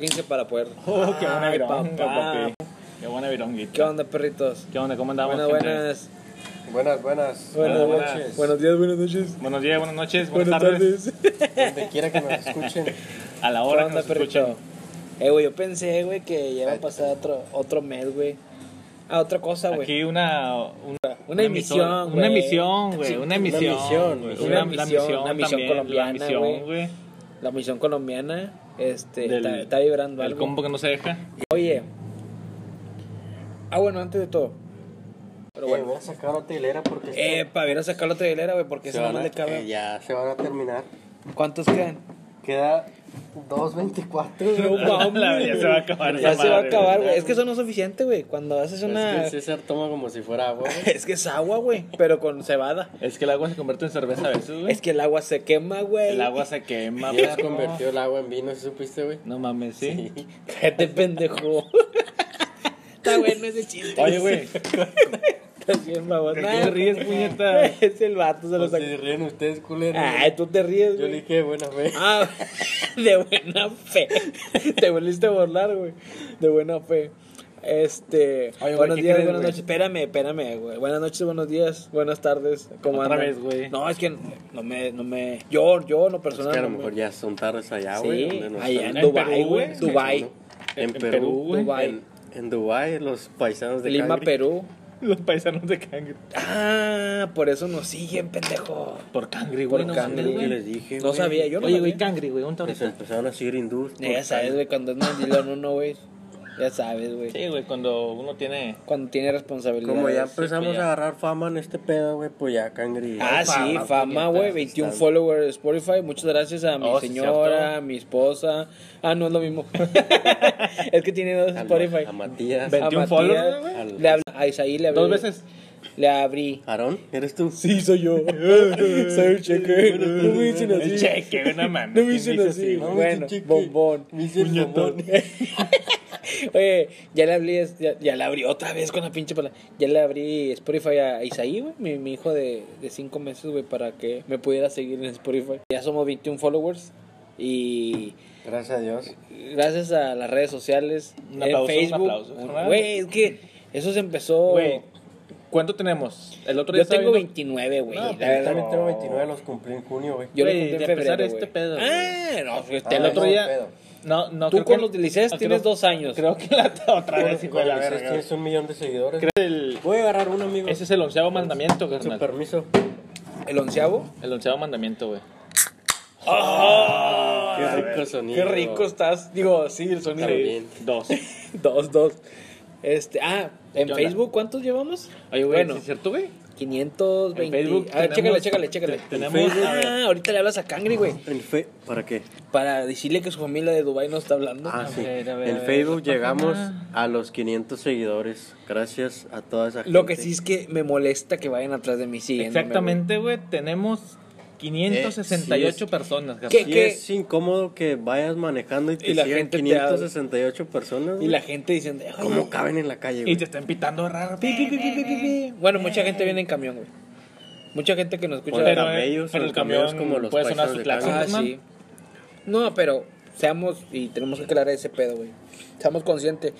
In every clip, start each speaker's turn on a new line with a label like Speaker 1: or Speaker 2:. Speaker 1: 15 para poder.
Speaker 2: Oh, qué buena
Speaker 1: Ay,
Speaker 2: vironga,
Speaker 1: Ah, papá.
Speaker 2: papi. Qué buena vironguita.
Speaker 1: ¿Qué onda, perritos?
Speaker 2: ¿Qué onda? ¿Cómo andamos?
Speaker 1: Buenas, buenas.
Speaker 2: gente?
Speaker 3: Buenas, buenas.
Speaker 1: Buenas,
Speaker 2: buenas.
Speaker 1: noches. Buenos días, buenas noches.
Speaker 2: Buenos días, buenas noches, buenas,
Speaker 1: Buenas
Speaker 2: tardes.
Speaker 1: tardes.
Speaker 3: Donde quiera que nos escuchen.
Speaker 2: A la
Speaker 1: ¿Qué
Speaker 2: hora que
Speaker 1: onda,
Speaker 2: nos
Speaker 1: perrito?
Speaker 2: escuchen.
Speaker 1: Eh, güey, yo pensé, güey, que ya iba a pasar otro, otro mes, güey. Ah, otra cosa, güey.
Speaker 2: Aquí una, un-
Speaker 1: Una emisión, güey.
Speaker 2: Una emisión, güey.
Speaker 1: Sí,
Speaker 2: Una
Speaker 1: una
Speaker 2: emisión.
Speaker 3: emisión,
Speaker 2: güey.
Speaker 1: una
Speaker 2: Una-
Speaker 1: emisión, una emisión
Speaker 2: también,
Speaker 1: colombiana,
Speaker 2: La emisión,
Speaker 1: güey.
Speaker 2: güey.
Speaker 1: La misión colombiana, este,
Speaker 2: Del-
Speaker 1: está, está vibrando
Speaker 2: El
Speaker 1: algo.
Speaker 2: combo que no se deja.
Speaker 1: Oye. Ah, bueno, antes de todo. Pero
Speaker 3: Pero
Speaker 1: bueno.
Speaker 3: Eh, voy a sacar otra hilera porque
Speaker 1: Eh, para bien a sacar la trailera, güey, porque
Speaker 3: se
Speaker 1: esa
Speaker 3: van
Speaker 1: no
Speaker 3: a,
Speaker 1: le cabe.
Speaker 3: eh, ya se van a terminar.
Speaker 1: ¿Cuántos quedan?
Speaker 3: Queda 2.24.
Speaker 1: No mames.
Speaker 2: La- ya se va a acabar
Speaker 1: Ya
Speaker 2: esa
Speaker 1: se va a
Speaker 2: madre,
Speaker 1: acabar,
Speaker 3: güey.
Speaker 1: güey. Es que eso no es suficiente, güey. Cuando haces una.
Speaker 3: Es que César toma como si fuera agua. güey.
Speaker 1: Es que es agua, güey. Pero con cebada.
Speaker 2: Es que el agua se convierte en cerveza a veces, güey.
Speaker 1: Es que el agua se quema, güey.
Speaker 2: El agua se quema,
Speaker 3: Ya
Speaker 2: perro.
Speaker 3: convirtió el agua en vino, ¿sí supiste, güey?
Speaker 2: No mames, sí.
Speaker 1: Cállate, pendejo. Está bueno ese chiste.
Speaker 2: Oye, güey.
Speaker 1: Está bien, babón.
Speaker 2: ¿Por qué te ríes, puñeta?
Speaker 1: Es el vato, se lo
Speaker 3: Pues
Speaker 1: sacó.
Speaker 3: se ríen ustedes, culeros.
Speaker 1: Ay, tú te ríes,
Speaker 3: Yo
Speaker 1: güey.
Speaker 3: le dije buena fe.
Speaker 1: Ah, de buena fe. Te volviste a burlar, güey. De buena fe. Este.
Speaker 2: Oye, güey,
Speaker 1: buenos
Speaker 2: ¿qué
Speaker 1: días,
Speaker 2: crees,
Speaker 1: buenas
Speaker 2: güey?
Speaker 1: noches. Espérame, espérame, güey. Buenas noches, buenos días, buenas tardes. ¿Cómo
Speaker 2: Otra
Speaker 1: andan?
Speaker 2: vez, güey.
Speaker 1: No, es que no me. No me yo, yo, no
Speaker 3: Es que
Speaker 1: personal.
Speaker 3: a lo
Speaker 1: no me-
Speaker 3: mejor ya son tardes allá,
Speaker 1: Sí,
Speaker 3: güey. donde no
Speaker 1: allá en
Speaker 3: están.
Speaker 2: En
Speaker 1: Dubai,
Speaker 2: Perú,
Speaker 1: güey.
Speaker 2: güey.
Speaker 1: Dubai.
Speaker 3: En
Speaker 2: En
Speaker 3: Perú,
Speaker 2: Perú, güey.
Speaker 1: Dubái.
Speaker 3: En, en Dubai, los paisanos de
Speaker 1: Lima,
Speaker 3: Cangri.
Speaker 1: Perú.
Speaker 2: Los paisanos de Cangri.
Speaker 1: Ah, por eso nos siguen, pendejo.
Speaker 2: Por Cangri,
Speaker 1: Por
Speaker 2: güey. no
Speaker 1: Cangri,
Speaker 2: mames,
Speaker 3: Lo
Speaker 1: güey.
Speaker 3: que les dije,
Speaker 1: No
Speaker 3: güey.
Speaker 1: sabía yo. no
Speaker 2: Oye, güey,
Speaker 1: sabía.
Speaker 2: Cangri, güey. Un
Speaker 3: Les
Speaker 2: tableta.
Speaker 3: Pues empezaron a seguir hindús. por
Speaker 1: Ya sabes, güey, cuando es mandilón uno, güey. Ya sabes, güey.
Speaker 2: Sí, güey, cuando uno tiene.
Speaker 1: Cuando tiene responsabilidad.
Speaker 3: Como ya
Speaker 2: pues
Speaker 3: empezamos
Speaker 2: ya.
Speaker 3: a agarrar fama en este pedo, güey, pues ya cangri.
Speaker 1: Ah, sí,
Speaker 2: Fama,
Speaker 1: fama, güey.
Speaker 2: puñetas,
Speaker 1: 21
Speaker 3: está-
Speaker 1: followers de Spotify. Muchas gracias a mi
Speaker 2: Oh, sí,
Speaker 1: señora,
Speaker 2: cierto.
Speaker 1: a mi esposa. Ah, no es lo mismo. es que tiene dos
Speaker 3: Al-
Speaker 1: Spotify.
Speaker 3: A Matías.
Speaker 2: Ve- 21
Speaker 1: Matías,
Speaker 2: followers, güey.
Speaker 3: Al-
Speaker 1: Le hablé- a Isaí le abrí.
Speaker 2: Dos veces.
Speaker 1: Le abrí.
Speaker 3: ¿Aarón? ¿Eres tú?
Speaker 1: Sí, soy yo. soy un cheque. No me dicen así.
Speaker 2: El cheque, una mano.
Speaker 1: No me dicen así.
Speaker 3: No,
Speaker 1: Bueno,
Speaker 3: chiqui.
Speaker 1: bombón.
Speaker 3: Me hice el
Speaker 2: Puñetón.
Speaker 3: bombón.
Speaker 1: Oye, ya le abrí, es- ya, ya le abrí otra vez con la pinche pala. Ya le abrí Spotify a Isaí, güey, mi, mi hijo de, de cinco meses, güey, para que me pudiera seguir en Spotify. Ya somos 21 followers y
Speaker 3: Gracias a Dios.
Speaker 1: gracias a las redes sociales,
Speaker 2: Un aplauso,
Speaker 1: en Facebook,
Speaker 2: un aplauso.
Speaker 1: güey, es que eso se empezó.
Speaker 2: Güey, ¿cuánto tenemos? El otro día
Speaker 1: yo tengo
Speaker 2: estaba viendo-
Speaker 1: 29, güey.
Speaker 2: No,
Speaker 1: la
Speaker 2: pues,
Speaker 3: Yo
Speaker 1: verdad.
Speaker 3: también tengo 29, los cumplí en junio, güey.
Speaker 1: yo lo
Speaker 2: Güey,
Speaker 1: conté en
Speaker 2: de
Speaker 1: febrero,
Speaker 2: empezar este
Speaker 1: güey.
Speaker 2: pedo, güey.
Speaker 1: Ah, no, pues,
Speaker 3: Ah,
Speaker 1: el
Speaker 3: no,
Speaker 1: otro día.
Speaker 3: pedo.
Speaker 2: No, no.
Speaker 1: Tú
Speaker 2: creo
Speaker 1: con
Speaker 2: que-
Speaker 1: los de Liceas
Speaker 2: no,
Speaker 1: tienes
Speaker 2: creo-
Speaker 1: dos años.
Speaker 2: Creo que la otra vez hijo de la
Speaker 3: Dices,
Speaker 2: verga.
Speaker 3: Tienes un millón de seguidores.
Speaker 2: Creo que el-
Speaker 3: Voy a agarrar uno, amigo.
Speaker 2: Ese es el onceavo mandamiento,
Speaker 3: Su
Speaker 2: carnal.
Speaker 3: permiso.
Speaker 1: El onceavo.
Speaker 2: El onceavo mandamiento, güey.
Speaker 3: Qué rico sonido.
Speaker 1: Qué rico estás. Digo, sí, el sonido.
Speaker 3: También.
Speaker 2: Dos.
Speaker 1: Dos, dos. Este, ah, en
Speaker 2: ¿Qué onda?
Speaker 1: Facebook, ¿cuántos llevamos?
Speaker 2: Oye, güey,
Speaker 1: bueno,
Speaker 2: ¿sí ¿es cierto, güey?
Speaker 1: 520.
Speaker 2: En Facebook
Speaker 1: A ver, chécale,
Speaker 2: tenemos-
Speaker 1: chécale, chécale.
Speaker 2: te- tenemos-
Speaker 1: Ah,
Speaker 2: a ver.
Speaker 1: ahorita le hablas a Cangri, güey,
Speaker 3: En fe... ¿Para qué?
Speaker 1: para decirle que su familia de Dubai no está hablando.
Speaker 3: Ah, sí.
Speaker 2: A ver, a ver,
Speaker 3: En
Speaker 2: a ver,
Speaker 3: Facebook
Speaker 2: la página.
Speaker 3: llegamos a los 500 seguidores. Gracias a toda esa gente.
Speaker 1: Lo que sí es que me molesta que vayan atrás de mí siguiéndome,
Speaker 2: Exactamente, güey. Tenemos 568
Speaker 3: Eh, sí es-
Speaker 2: personas,
Speaker 1: ¿Qué?
Speaker 2: carnal.
Speaker 3: Sí es incómodo que vayas manejando y te
Speaker 1: Y la
Speaker 3: sigan
Speaker 1: gente te
Speaker 3: 568 personas.
Speaker 1: güey.
Speaker 3: güey.
Speaker 1: Y la gente diciendo, "Ay,
Speaker 3: ¿Cómo caben en la calle,
Speaker 2: Y
Speaker 3: güey?
Speaker 2: te están pitando raro.
Speaker 1: pi, pi, pi, pi, pi, pi, pi". Bueno, mucha gente viene en camión, güey. Mucha gente que nos escucha.
Speaker 3: Pero-
Speaker 2: eh,
Speaker 3: camellos,
Speaker 2: pero
Speaker 3: o
Speaker 2: el camión
Speaker 3: camellos como los
Speaker 2: puede sonar su
Speaker 3: paisanos
Speaker 2: Pues,
Speaker 3: de
Speaker 2: claxon,
Speaker 1: Ah,
Speaker 2: carnal.
Speaker 1: sí. No, pero seamos, y tenemos que aclarar ese pedo, güey. Seamos conscientes.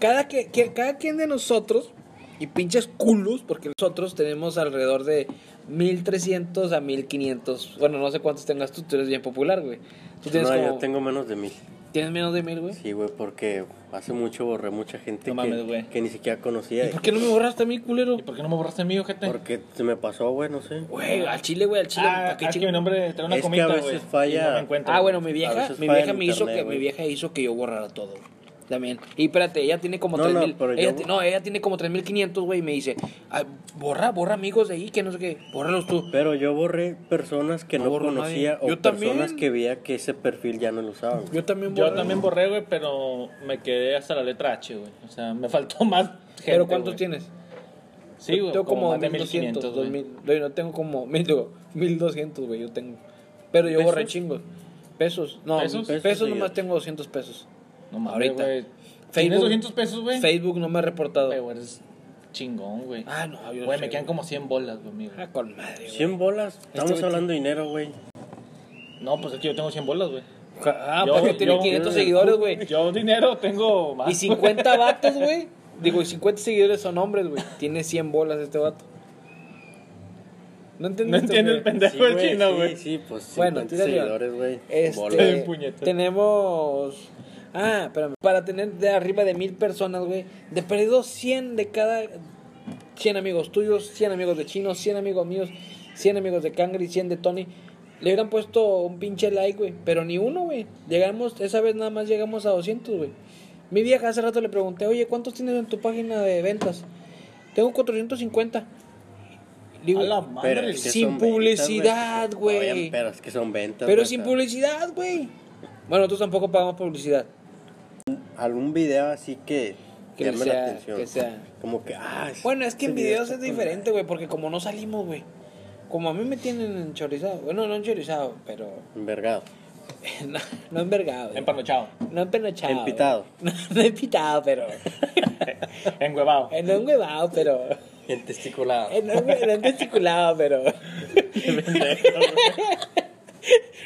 Speaker 1: Cada, que, que- cada quien de nosotros, y pinches culos, porque nosotros tenemos alrededor de 1300 a 1500. Bueno, no sé cuántos tengas tú, tú eres bien popular, güey. Tú tienes
Speaker 3: No,
Speaker 1: como-
Speaker 3: yo tengo menos de mil.
Speaker 1: ¿Tienes menos de mil, güey?
Speaker 3: Sí, güey, porque hace mucho borré mucha gente
Speaker 2: No
Speaker 3: que,
Speaker 2: mames, güey.
Speaker 3: que ni siquiera conocía.
Speaker 1: ¿Y por qué no me borraste a mí, culero?
Speaker 2: ¿Y por qué no me borraste mi ojete?
Speaker 3: Porque se me pasó, güey, no sé.
Speaker 1: Güey, al chile, güey, al chile.
Speaker 2: Ah,
Speaker 1: ¿pa' qué
Speaker 2: es que
Speaker 1: chingo?
Speaker 2: mi nombre trae una
Speaker 3: Es que
Speaker 2: comita,
Speaker 3: a
Speaker 2: güey.
Speaker 3: veces falla.
Speaker 2: y no me encuentro.
Speaker 1: Ah, bueno, mi
Speaker 3: A
Speaker 1: vieja,
Speaker 3: veces
Speaker 1: mi
Speaker 3: falla
Speaker 1: vieja
Speaker 3: el
Speaker 1: me hizo
Speaker 3: internet,
Speaker 1: que mi
Speaker 3: güey.
Speaker 1: vieja hizo que yo borrara todo. güey. También. Y espérate, ella tiene como
Speaker 3: No,
Speaker 1: 3000.
Speaker 3: no, pero
Speaker 1: ella
Speaker 3: yo-
Speaker 1: ti- no, ella tiene como 3500, güey, y me dice, "Ay, "Borra, borra amigos de ahí, que no sé qué, bórralos tú."
Speaker 3: Pero yo borré personas que
Speaker 1: No
Speaker 3: no,
Speaker 1: borró
Speaker 3: conocía
Speaker 1: nadie.
Speaker 3: o
Speaker 1: Yo también.
Speaker 3: personas que veía que ese perfil ya no lo usaban. güey.
Speaker 1: Yo también borré.
Speaker 2: Yo también borré, güey, pero me quedé hasta la letra H, güey. O sea, me faltó más gente,
Speaker 1: Pero ¿cuántos
Speaker 2: güey.
Speaker 1: tienes?
Speaker 2: Sí, güey,
Speaker 1: Yo tengo como
Speaker 2: más de
Speaker 1: 1200,
Speaker 2: 1500, güey.
Speaker 1: 2000. Yo no tengo como mil, digo, 1200, güey, yo tengo. Pero yo
Speaker 2: ¿Pesos?
Speaker 1: borré chingos. Pesos. No, pesos,
Speaker 2: ¿Pesos?
Speaker 3: Pesos,
Speaker 1: nomás
Speaker 3: sí.
Speaker 1: tengo 200 pesos.
Speaker 2: No mames,
Speaker 1: Ahorita.
Speaker 2: güey. ¿Tienes 200 pesos, güey?
Speaker 1: Facebook no me ha reportado.
Speaker 2: Güey, eres chingón, güey.
Speaker 1: Ah, no, yo
Speaker 2: Güey,
Speaker 1: sé,
Speaker 2: me quedan como 100 bolas, güey, amigo.
Speaker 1: Ah, con madre. güey. Este
Speaker 3: 100 bolas, estamos
Speaker 1: güey-
Speaker 3: hablando de dinero, güey.
Speaker 2: No, pues es que yo tengo 100 bolas, güey.
Speaker 1: Ah,
Speaker 2: Yo-
Speaker 1: porque tiene
Speaker 2: yo-
Speaker 1: 500 seguidores, güey.
Speaker 2: Yo dinero tengo más.
Speaker 1: Y 50 vatos, güey. Digo, y 50 seguidores son hombres, güey. Tiene 100 bolas este vato. No entendí.
Speaker 2: No entiende el pendejo
Speaker 3: Sí,
Speaker 2: del
Speaker 3: güey,
Speaker 2: chino,
Speaker 3: sí,
Speaker 2: güey.
Speaker 3: Sí, pues
Speaker 1: Bueno,
Speaker 3: 50
Speaker 1: tira arriba.
Speaker 3: seguidores, güey. Bola.
Speaker 1: Este,
Speaker 2: Bolas. Puñetas.
Speaker 1: tenemos. Ah, espérame. Para tener de arriba de mil personas, güey. De perdido 100 de cada. 100 amigos tuyos, 100 amigos de Chino, 100 amigos míos, 100 amigos de Cangri, 100 de Tony. Le hubieran puesto un pinche like, güey. Pero ni uno, güey. Llegamos, esa vez nada más llegamos a 200, güey. Mi vieja hace rato le pregunté, oye, ¿cuántos tienes en tu página de ventas? Tengo 450. Le digo,
Speaker 2: A la madre.
Speaker 3: Pero es que
Speaker 1: Sin
Speaker 3: son ventas,
Speaker 1: publicidad, güey.
Speaker 3: Oye, Pero es que son ventas.
Speaker 1: Pero
Speaker 3: güey,
Speaker 1: sin
Speaker 3: o sea,
Speaker 1: publicidad, güey. Bueno, nosotros tampoco pagamos publicidad.
Speaker 3: Algún video así que,
Speaker 1: Que
Speaker 3: llame
Speaker 1: sea-
Speaker 3: la atención.
Speaker 1: que sea.
Speaker 3: Como que, ah, es-
Speaker 1: Bueno, es que en
Speaker 3: ese
Speaker 1: videos
Speaker 3: está
Speaker 1: es
Speaker 3: con-
Speaker 1: diferente, güey, porque como no salimos, güey. Como a mí me tienen enchorizado. Bueno, no enchorizado, pero.
Speaker 3: Envergado.
Speaker 1: No, no envergado. güey.
Speaker 2: Emparnochado.
Speaker 1: No empenachado. güey.
Speaker 3: Empitado.
Speaker 1: No, no empitado, pero.
Speaker 2: Enguevado.
Speaker 1: eh, No enguevado, pero.
Speaker 3: En testiculado.
Speaker 1: eh, No engüe- no entesticulado, pero.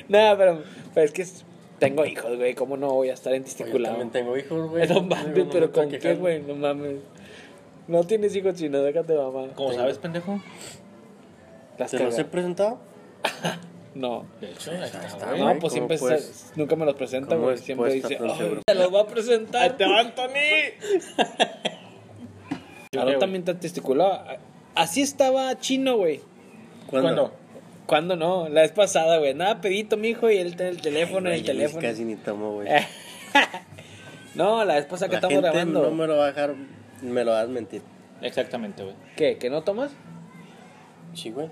Speaker 1: No, pero. Pero es que es- tengo hijos, güey. ¿Cómo no voy a estar
Speaker 3: Yo
Speaker 1: entesticulado?
Speaker 3: también tengo hijos, güey.
Speaker 1: No mames,
Speaker 3: Digo, no me
Speaker 1: pero
Speaker 3: estoy
Speaker 1: ¿con qué,
Speaker 3: quejando.
Speaker 1: güey? No mames. No tienes hijos chinos, déjate, mamá.
Speaker 2: ¿Cómo sabes, pendejo?
Speaker 1: Las
Speaker 3: ¿Te los
Speaker 1: cagas.
Speaker 3: he presentado?
Speaker 1: No.
Speaker 2: De hecho, ahí está, güey.
Speaker 3: está, Ah, güey.
Speaker 1: No, pues
Speaker 3: ¿cómo
Speaker 1: siempre
Speaker 3: puedes?
Speaker 1: se- nunca me los presenta,
Speaker 3: ¿Cómo
Speaker 1: güey.
Speaker 3: es- este
Speaker 1: Siempre
Speaker 3: puedes estar
Speaker 1: dice,
Speaker 3: tan
Speaker 1: "Ay,
Speaker 3: seguro?"
Speaker 1: te los va a presentar.
Speaker 2: Ahí te va, Anthony.
Speaker 1: Claro,
Speaker 2: güey.
Speaker 1: también te testiculaba. Así estaba chino, güey.
Speaker 2: ¿Cuándo?
Speaker 1: ¿Cuándo no? La vez pasada, güey. Nada, pedito, mijo, y él tiene el teléfono,
Speaker 3: Güey,
Speaker 1: el
Speaker 3: yo ni-
Speaker 1: teléfono.
Speaker 3: Casi ni tomo, güey.
Speaker 1: No, la vez pasada que
Speaker 3: La
Speaker 1: estamos
Speaker 3: gente
Speaker 1: grabando.
Speaker 3: no me lo va a dejar, me lo vas a mentir.
Speaker 2: Exactamente, güey.
Speaker 1: ¿Qué? ¿Que no tomas?
Speaker 3: Sí, güey.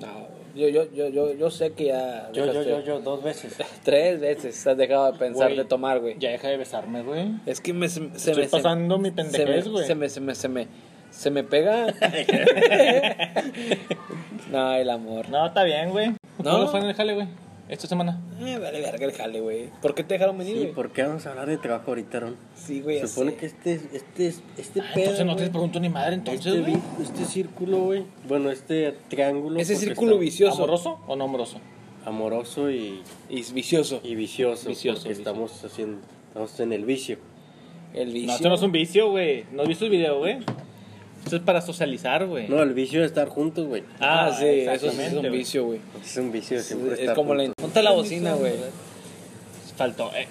Speaker 1: No, yo, yo, yo, yo, yo sé que ya.
Speaker 3: Yo, yo,
Speaker 1: dejaste-
Speaker 3: yo, yo, dos veces.
Speaker 1: Tres veces has dejado de pensar
Speaker 2: Güey,
Speaker 1: de tomar, güey.
Speaker 2: Ya deja de besarme, güey.
Speaker 1: Es que me, se, se
Speaker 2: Estoy
Speaker 1: me. se-
Speaker 2: pasando
Speaker 1: se
Speaker 2: mi
Speaker 1: me,
Speaker 2: pendejez, güey.
Speaker 1: se me, se me, se me, se me pega. no, el amor.
Speaker 2: No, está bien, güey.
Speaker 1: No.
Speaker 2: ¿Cómo le fue en el jale, güey? Esta semana.
Speaker 1: Eh, vale verga el jale, güey. ¿Por qué te dejaron venir,
Speaker 3: Sí,
Speaker 1: güey?
Speaker 3: ¿por qué vamos a hablar de trabajo ahorita, Aaron?
Speaker 1: Sí, güey.
Speaker 3: Se
Speaker 1: ya
Speaker 3: supone
Speaker 1: sé.
Speaker 3: que este, este, este
Speaker 2: Ah,
Speaker 3: pedo,
Speaker 2: Entonces no te
Speaker 3: güey,
Speaker 2: pregunto ni madre, entonces,
Speaker 3: este,
Speaker 2: güey.
Speaker 3: vi- este círculo, güey. Bueno, este triángulo.
Speaker 1: Ese
Speaker 3: porque
Speaker 1: círculo
Speaker 3: está
Speaker 1: vicioso.
Speaker 2: ¿Amoroso o no amoroso?
Speaker 3: Amoroso y,
Speaker 1: Y es vicioso.
Speaker 3: y vicioso.
Speaker 2: Vicioso, vicioso.
Speaker 3: porque estamos haciendo, estamos en el vicio.
Speaker 1: El vicio.
Speaker 2: No, esto no es un vicio, güey. ¿No has visto el video, güey? Esto es para socializar, güey.
Speaker 3: No, el vicio de estar juntos, güey.
Speaker 1: Ah, sí, eso sí es
Speaker 2: exactamente,
Speaker 1: un
Speaker 2: güey.
Speaker 1: vicio, güey.
Speaker 3: Es un vicio de
Speaker 1: Es,
Speaker 3: siempre
Speaker 1: es
Speaker 3: estar
Speaker 1: como la.
Speaker 3: juntos.
Speaker 1: Ponte la bocina, güey.
Speaker 2: Faltó. Eh.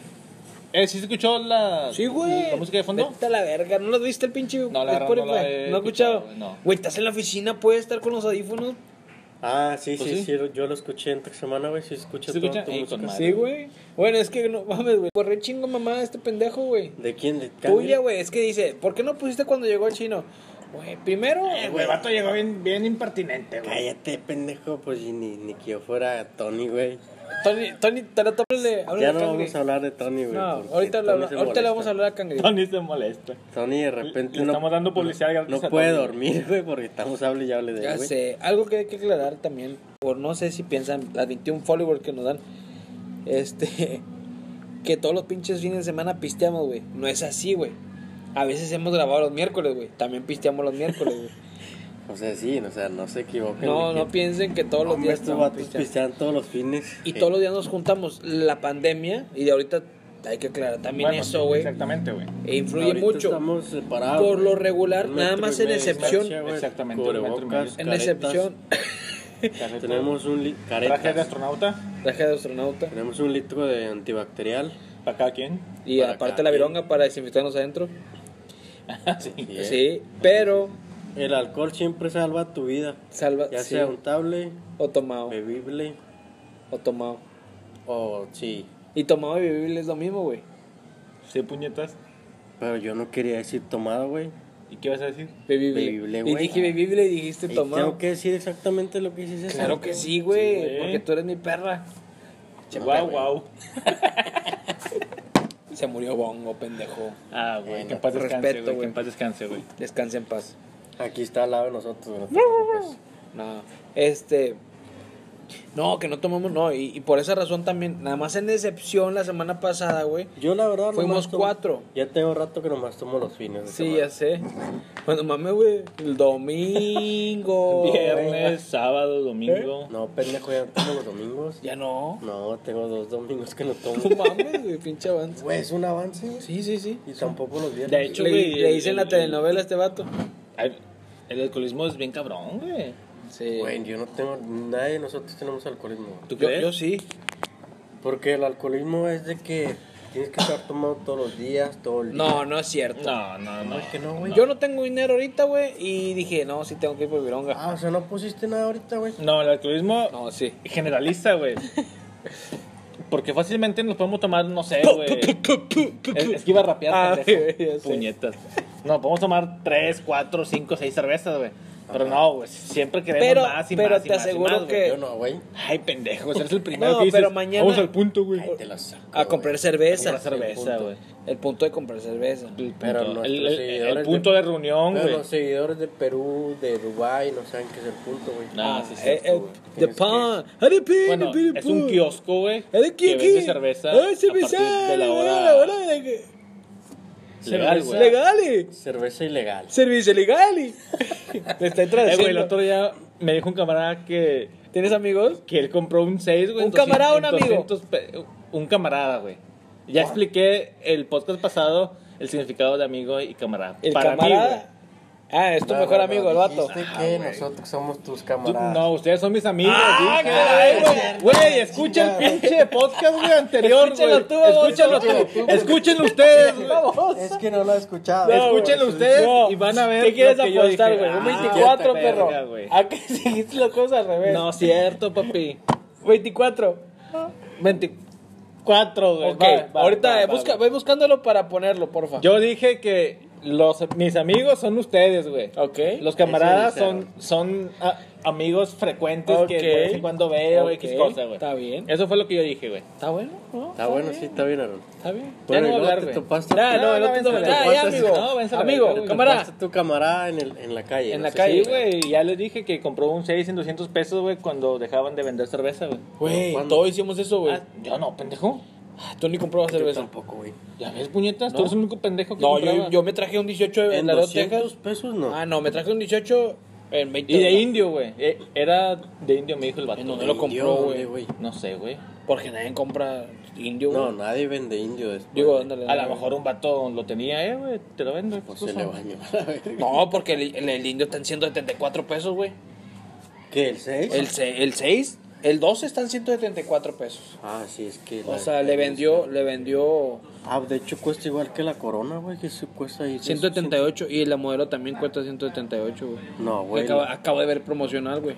Speaker 2: Eh, ¿Sí se escuchó la,
Speaker 1: Sí, güey.
Speaker 2: la música de fondo?
Speaker 1: Vete a la verga. ¿No lo viste el pinche
Speaker 2: No, la verdad,
Speaker 1: Spotify?
Speaker 2: no la he
Speaker 1: ¿No he escuchado?
Speaker 2: escuchado, no.
Speaker 1: Güey, estás en la oficina, puedes estar con los audífonos.
Speaker 3: Ah, sí,
Speaker 2: Pues
Speaker 3: sí,
Speaker 2: sí.
Speaker 3: sí, yo lo escuché entre semana, güey. Sí, escucha
Speaker 2: ¿Sí
Speaker 3: todo
Speaker 2: escucha?
Speaker 3: tu
Speaker 2: Ey,
Speaker 3: música.
Speaker 2: con madre.
Speaker 1: Sí, güey. Bueno, es que no mames, güey. Corre chingo mamá este pendejo, güey.
Speaker 3: ¿De quién? ¿De
Speaker 1: Tuya,
Speaker 3: Kanye?
Speaker 1: güey. Es que dice, ¿por quey no pusiste cuando llegó el chino? Güey, primero.
Speaker 2: Eh, güey, vato llegó bien, bien impertinente, güey.
Speaker 3: Cállate, pendejo, pues y ni, ni que yo fuera Tony, güey.
Speaker 1: Tony, Tony, te lo háblale- háblale
Speaker 3: Ya
Speaker 1: a
Speaker 3: no
Speaker 1: Cangri.
Speaker 3: vamos a hablar de Tony, güey.
Speaker 1: No,
Speaker 3: porque
Speaker 1: ahorita, le
Speaker 3: Tony
Speaker 1: habla-
Speaker 3: se
Speaker 1: ahorita le vamos a
Speaker 3: molesta.
Speaker 1: hablar a Cangri.
Speaker 2: Tony se molesta.
Speaker 3: Tony de repente
Speaker 2: Le estamos dando publicidad
Speaker 3: no-
Speaker 2: gratis
Speaker 3: No
Speaker 2: a
Speaker 3: puede
Speaker 2: Tony.
Speaker 3: dormir, güey, porque estamos hablando y hable de
Speaker 1: Ya
Speaker 3: él, güey.
Speaker 1: sé. Algo que hay que aclarar también. Por no sé si piensan, las 21 followers que nos dan. Este. Que todos los pinches fines de semana pisteamos, güey. No es así, güey. A veces hemos grabado los miércoles, güey. También pisteamos los miércoles, güey.
Speaker 3: O sea, sí, o sea, no se equivoquen.
Speaker 1: No,
Speaker 3: güey.
Speaker 1: no piensen que todos los
Speaker 3: Hombre,
Speaker 1: días
Speaker 3: estos
Speaker 1: estamos
Speaker 3: vatos
Speaker 1: pisteando.
Speaker 3: pistean todos los fines. Eh,
Speaker 1: Y
Speaker 3: Sí.
Speaker 1: todos los días nos juntamos. La pandemia, y de ahorita hay que aclarar también
Speaker 2: Bueno,
Speaker 1: eso, güey.
Speaker 2: Exactamente, güey.
Speaker 1: E influye
Speaker 3: Ahorita
Speaker 1: mucho.
Speaker 3: Estamos separados.
Speaker 1: Por
Speaker 3: güey.
Speaker 1: lo regular,
Speaker 3: Un
Speaker 1: nada
Speaker 3: metro
Speaker 1: más
Speaker 3: y
Speaker 1: en
Speaker 3: medio de
Speaker 1: excepción.
Speaker 3: distancia, güey,
Speaker 2: Exactamente, un metro y medio.
Speaker 3: cubrebocas,
Speaker 1: En
Speaker 3: caretas.
Speaker 1: excepción,
Speaker 3: Tenemos un li-
Speaker 2: Traje de
Speaker 3: caretas.
Speaker 2: astronauta
Speaker 1: traje de astronauta.
Speaker 3: Tenemos un litro de antibacterial.
Speaker 2: para cada quien.
Speaker 1: Y
Speaker 3: Para
Speaker 1: aparte
Speaker 3: acá,
Speaker 1: la
Speaker 3: ¿eh?
Speaker 1: vironga para desinfectarnos adentro.
Speaker 2: sí.
Speaker 3: ¿eh?
Speaker 1: Sí, pero
Speaker 3: El alcohol siempre salva tu vida.
Speaker 1: salva.
Speaker 3: Ya
Speaker 1: sí,
Speaker 3: sea untable,
Speaker 1: O tomado.
Speaker 3: bebible
Speaker 1: O tomado.
Speaker 3: o sí.
Speaker 1: Y tomado y bebible es lo mismo, güey.
Speaker 2: Sí, puñetas.
Speaker 3: Pero yo no quería decir tomado, güey.
Speaker 2: ¿Y qué vas a decir?
Speaker 1: Bebible.
Speaker 3: Bebible,
Speaker 1: y
Speaker 3: güey.
Speaker 1: dije bebible y dijiste
Speaker 3: Y
Speaker 1: tomado.
Speaker 3: Tengo que decir exactamente lo que dices.
Speaker 1: Claro que sí, güey.
Speaker 2: Sí, güey.
Speaker 1: porque tú eres mi perra.
Speaker 2: Guau, guau.
Speaker 1: Se murió Bongo, pendejo.
Speaker 2: Ah, güey, que en paz descanse,
Speaker 1: respeto,
Speaker 2: güey. Que
Speaker 1: güey.
Speaker 2: en paz descanse, güey.
Speaker 1: Descansa en paz.
Speaker 3: Aquí está al lado de nosotros. güey, no te preocupes.
Speaker 1: No. Este. No, que no tomamos, no. Y, y por esa razón también, nada más en excepción la semana pasada, güey.
Speaker 3: Yo la verdad... nomás
Speaker 1: Fuimos
Speaker 3: tomo-
Speaker 1: cuatro.
Speaker 3: Ya tengo rato que nomás tomo los fines. de
Speaker 1: Sí,
Speaker 3: semana.
Speaker 1: ya sé. Bueno, mames, güey. El
Speaker 2: Oh,
Speaker 1: domingo.
Speaker 2: Viernes, sábado, domingo.
Speaker 3: No, pendejo, ya no tomo los domingos.
Speaker 1: Ya no.
Speaker 3: No, tengo dos domingos que no tomo.
Speaker 1: No mames, güey, pinche avance.
Speaker 3: Güey, es un avance, güey.
Speaker 1: Sí, sí, sí.
Speaker 3: Y tampoco los viernes.
Speaker 2: De hecho,
Speaker 1: le,
Speaker 2: güey,
Speaker 1: le dicen
Speaker 2: el-
Speaker 1: la telenovela a este vato.
Speaker 2: Ay, El alcoholismo es bien cabrón, güey.
Speaker 1: Sí.
Speaker 3: Güey, yo no tengo... Nadie de nosotros tenemos alcoholismo.
Speaker 2: ¿Tú
Speaker 1: yo,
Speaker 2: crees?
Speaker 1: yo sí.
Speaker 3: Porque el alcoholismo es de que tienes que estar tomando todos los días, todo el día.
Speaker 1: No, no es cierto.
Speaker 2: No, no, no.
Speaker 3: es que no, güey.
Speaker 1: Yo no tengo dinero ahorita, güey. Y dije, no, sí tengo que ir por Vironga.
Speaker 3: Ah, o sea, no pusiste nada ahorita, güey.
Speaker 2: No, el alcoholismo
Speaker 1: No, sí.
Speaker 2: generalista, güey. Porque fácilmente nos podemos tomar, no sé, Eh, güey. Es, es que iba a rapear,
Speaker 1: Ah,
Speaker 2: pendejo.
Speaker 1: güey, ya sé.
Speaker 2: Puñetas. No, podemos tomar 3, 4, 5, 6 cervezas, güey. Pero no, güey. Siempre queremos
Speaker 1: Pero-
Speaker 2: más y
Speaker 1: pero
Speaker 2: más. y
Speaker 1: te
Speaker 2: más y
Speaker 1: aseguro
Speaker 2: más,
Speaker 1: que-
Speaker 2: güey.
Speaker 3: Yo no, güey.
Speaker 2: Ay, pendejo, eres el primero
Speaker 1: No,
Speaker 2: que dices.
Speaker 1: pero mañana-
Speaker 2: Vamos al punto, güey.
Speaker 3: Te la saco,
Speaker 1: A comprar cerveza.
Speaker 2: Comprar cerveza,
Speaker 1: El punto.
Speaker 2: güey.
Speaker 1: El punto de comprar cerveza.
Speaker 2: El
Speaker 3: Pero
Speaker 2: punto,
Speaker 3: nuestros
Speaker 2: el, el-
Speaker 3: seguidores
Speaker 2: el punto
Speaker 3: de-
Speaker 2: de reunión,
Speaker 3: güey. Pero
Speaker 2: güey.
Speaker 3: los seguidores de Perú, de Dubai, no saben qué es el punto, güey.
Speaker 2: Ah, sí, sí.
Speaker 1: Eh, eh,
Speaker 3: güey.
Speaker 1: The
Speaker 3: Tienes que-
Speaker 1: Pond. Harry Pin,
Speaker 2: Bueno,
Speaker 1: Harry
Speaker 2: es un
Speaker 1: Pin.
Speaker 2: kiosco, güey.
Speaker 1: ¿A Eh, de
Speaker 2: Que
Speaker 1: quién,
Speaker 2: vende
Speaker 1: quién? Ah,
Speaker 2: cerveza. a partir de la hora,
Speaker 1: de que-
Speaker 2: legal,
Speaker 3: cerveza.
Speaker 2: güey.
Speaker 1: Legale.
Speaker 3: Cerveza ilegal.
Speaker 1: Servicio legale. Le está
Speaker 2: Eh, güey, el
Speaker 1: traduciendo.
Speaker 2: otro día me dijo un camarada que,
Speaker 1: ¿Tienes amigos?
Speaker 2: que él compró un 6, güey.
Speaker 1: ¿Un
Speaker 2: en 200,
Speaker 1: camarada o un
Speaker 2: en
Speaker 1: amigo?
Speaker 2: 200 pe- un camarada, güey. Ya expliqué el podcast pasado el significado de amigo y camarada.
Speaker 1: El
Speaker 2: Para mí,
Speaker 1: camarada.
Speaker 2: güey.
Speaker 1: ah, es tu mejor amigo, el vato.
Speaker 3: Dijiste que nosotros somos tus
Speaker 2: Tú-
Speaker 3: camaradas.
Speaker 2: no, ustedes son mis amigos.
Speaker 1: Ah,
Speaker 2: dije,
Speaker 1: caray,
Speaker 2: güey. Güey, escucha el pinche podcast, güey, anterior, güey.
Speaker 1: Escúchalo tú, baboso.
Speaker 2: Escúchalo tú. Escúchenlo ustedes, güey.
Speaker 3: Es que no lo he escuchado.
Speaker 1: No,
Speaker 2: Escúchenlo
Speaker 1: güey.
Speaker 2: ustedes
Speaker 1: No.
Speaker 2: y van a ver.
Speaker 1: ¿Qué quieres
Speaker 2: lo que yo
Speaker 1: apostar,
Speaker 2: dije.
Speaker 1: güey? Un
Speaker 2: Ah,
Speaker 1: 24,
Speaker 2: qué verga,
Speaker 1: perro.
Speaker 2: güey.
Speaker 1: ¿A qué seguiste las cosas al revés?
Speaker 2: No, cierto, papi.
Speaker 1: 24.
Speaker 2: 24, güey.
Speaker 1: ok,
Speaker 2: Va, va,
Speaker 1: ahorita
Speaker 2: va,
Speaker 1: eh,
Speaker 2: va,
Speaker 1: busca,
Speaker 2: va.
Speaker 1: ve buscándolo para ponerlo, porfa.
Speaker 2: Yo dije que los, mis amigos son ustedes, güey.
Speaker 1: Ok.
Speaker 2: Los camaradas
Speaker 3: Eso
Speaker 2: son, son ah, amigos frecuentes
Speaker 1: Ok.
Speaker 2: que de vez en cuando veo
Speaker 1: Ok,
Speaker 2: X cosa, güey.
Speaker 1: está bien.
Speaker 2: Eso fue lo que yo dije, güey.
Speaker 1: ¿Está bueno? ¿No?
Speaker 3: Está bueno, sí, está bien, Aaron.
Speaker 1: Está bien.
Speaker 2: no
Speaker 3: Bueno, y
Speaker 2: voy a
Speaker 3: luego
Speaker 2: hablar,
Speaker 3: te
Speaker 2: güey.
Speaker 3: topaste.
Speaker 1: Ya, no,
Speaker 2: no,
Speaker 1: no,
Speaker 2: no,
Speaker 1: te-
Speaker 2: vence
Speaker 1: ya,
Speaker 2: la verga,
Speaker 1: ya,
Speaker 2: güey.
Speaker 1: amigo.
Speaker 2: No, vence la verga,
Speaker 1: amigo,
Speaker 2: güey.
Speaker 1: camarada.
Speaker 3: Topaste tu camarada en, el, en la calle.
Speaker 1: En
Speaker 3: no
Speaker 1: la
Speaker 3: sé
Speaker 1: calle,
Speaker 2: Sí,
Speaker 3: si-
Speaker 2: güey. Ya les dije que compró un 6 en 200 pesos, güey, cuando dejaban de vender cerveza, güey.
Speaker 1: Güey,
Speaker 3: ¿Cuándo?
Speaker 1: todos hicimos eso, güey.
Speaker 2: Ah, yo no, pendejo.
Speaker 1: Ah, Tú ni comprabas
Speaker 3: Yo
Speaker 1: cerveza.
Speaker 3: tampoco, güey.
Speaker 2: Ya ves, puñetas,
Speaker 1: No.
Speaker 2: tú eres el único pendejo que
Speaker 1: No, yo,
Speaker 2: compraba.
Speaker 1: yo me traje un 18 en
Speaker 3: En
Speaker 1: Laredo,
Speaker 3: 200
Speaker 1: Texas.
Speaker 3: pesos no.
Speaker 1: Ah, no, me traje un 18 en 20.
Speaker 2: Y de indio, güey. Eh, Era de indio, me dijo el vato.
Speaker 1: ¿En dónde
Speaker 2: güey.
Speaker 1: lo compró,
Speaker 3: ¿dónde,
Speaker 1: güey?
Speaker 3: güey?
Speaker 2: No sé, güey.
Speaker 1: Porque nadie compra indio, güey.
Speaker 3: No, nadie vende indio después.
Speaker 1: Digo,
Speaker 3: güey.
Speaker 1: ándale.
Speaker 2: A lo mejor un vato lo tenía, eh, güey. Te lo vendo.
Speaker 3: Pues
Speaker 2: ¿qué
Speaker 3: se
Speaker 2: cosa?
Speaker 3: le bañó. a ver.
Speaker 1: No, porque el, el- el indio está en 174 pesos, güey.
Speaker 3: ¿Qué, el 6?
Speaker 1: El, se- el 6, el 12 está en 174 pesos.
Speaker 3: Ah, sí, es que...
Speaker 1: O
Speaker 3: la-
Speaker 1: sea, le vendió, le vendió
Speaker 3: Ah, de hecho cuesta igual que la corona, güey, que se cuesta ahí...
Speaker 1: 178 y la modelo también cuesta 178, güey.
Speaker 3: No,
Speaker 1: Que
Speaker 3: güey.
Speaker 1: acaba- acabo de ver promocional, güey.